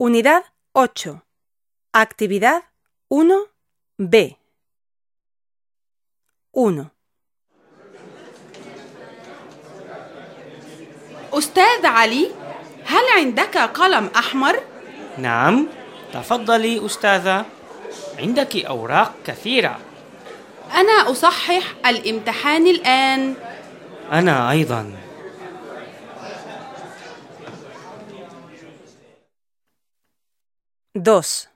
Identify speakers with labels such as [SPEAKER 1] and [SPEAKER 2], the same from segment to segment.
[SPEAKER 1] Unidad 8. Actividad 1B. 1.
[SPEAKER 2] أستاذ علي هل عندك قلم أحمر؟
[SPEAKER 3] نعم تفضلي أستاذة عندك أوراق كثيرة
[SPEAKER 2] أنا أصحح الامتحان الآن
[SPEAKER 3] أنا أيضا
[SPEAKER 1] Dos.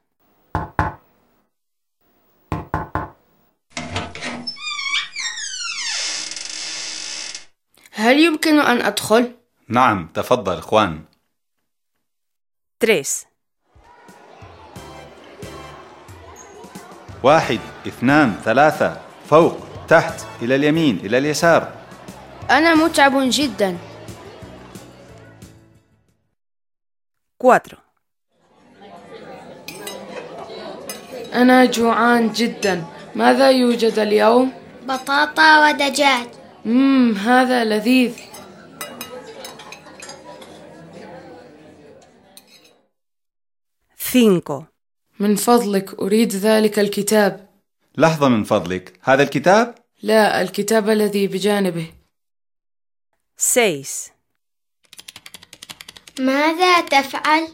[SPEAKER 4] هل يمكن أن أدخل؟
[SPEAKER 5] نعم تفضل خوان
[SPEAKER 1] Tres.
[SPEAKER 5] واحد اثنان ثلاثة فوق تحت إلى اليمين إلى اليسار
[SPEAKER 4] أنا متعب جدا
[SPEAKER 1] Cuatro.
[SPEAKER 6] أنا جوعان جدا ماذا يوجد اليوم؟
[SPEAKER 7] بطاطا ودجاج
[SPEAKER 6] مم هذا لذيذ
[SPEAKER 1] Cinco.
[SPEAKER 6] من فضلك أريد ذلك الكتاب
[SPEAKER 5] لحظة من فضلك هذا الكتاب
[SPEAKER 6] لا الكتاب الذي بجانبه
[SPEAKER 1] Seis.
[SPEAKER 7] ماذا تفعل؟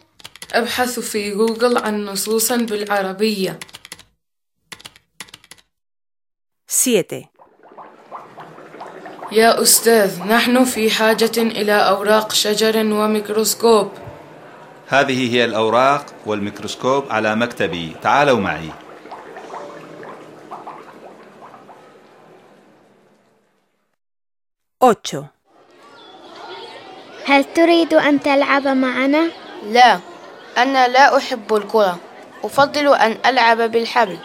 [SPEAKER 6] أبحث في جوجل عن نصوصا بالعربية
[SPEAKER 1] Siete.
[SPEAKER 6] يا أستاذ نحن في حاجة إلى أوراق شجر وميكروسكوب
[SPEAKER 5] هذه هي الأوراق والميكروسكوب على مكتبي تعالوا معي
[SPEAKER 1] Ocho.
[SPEAKER 7] هل تريد أن تلعب معنا؟
[SPEAKER 4] لا أنا لا أحب الكرة أفضل أن ألعب بالحبل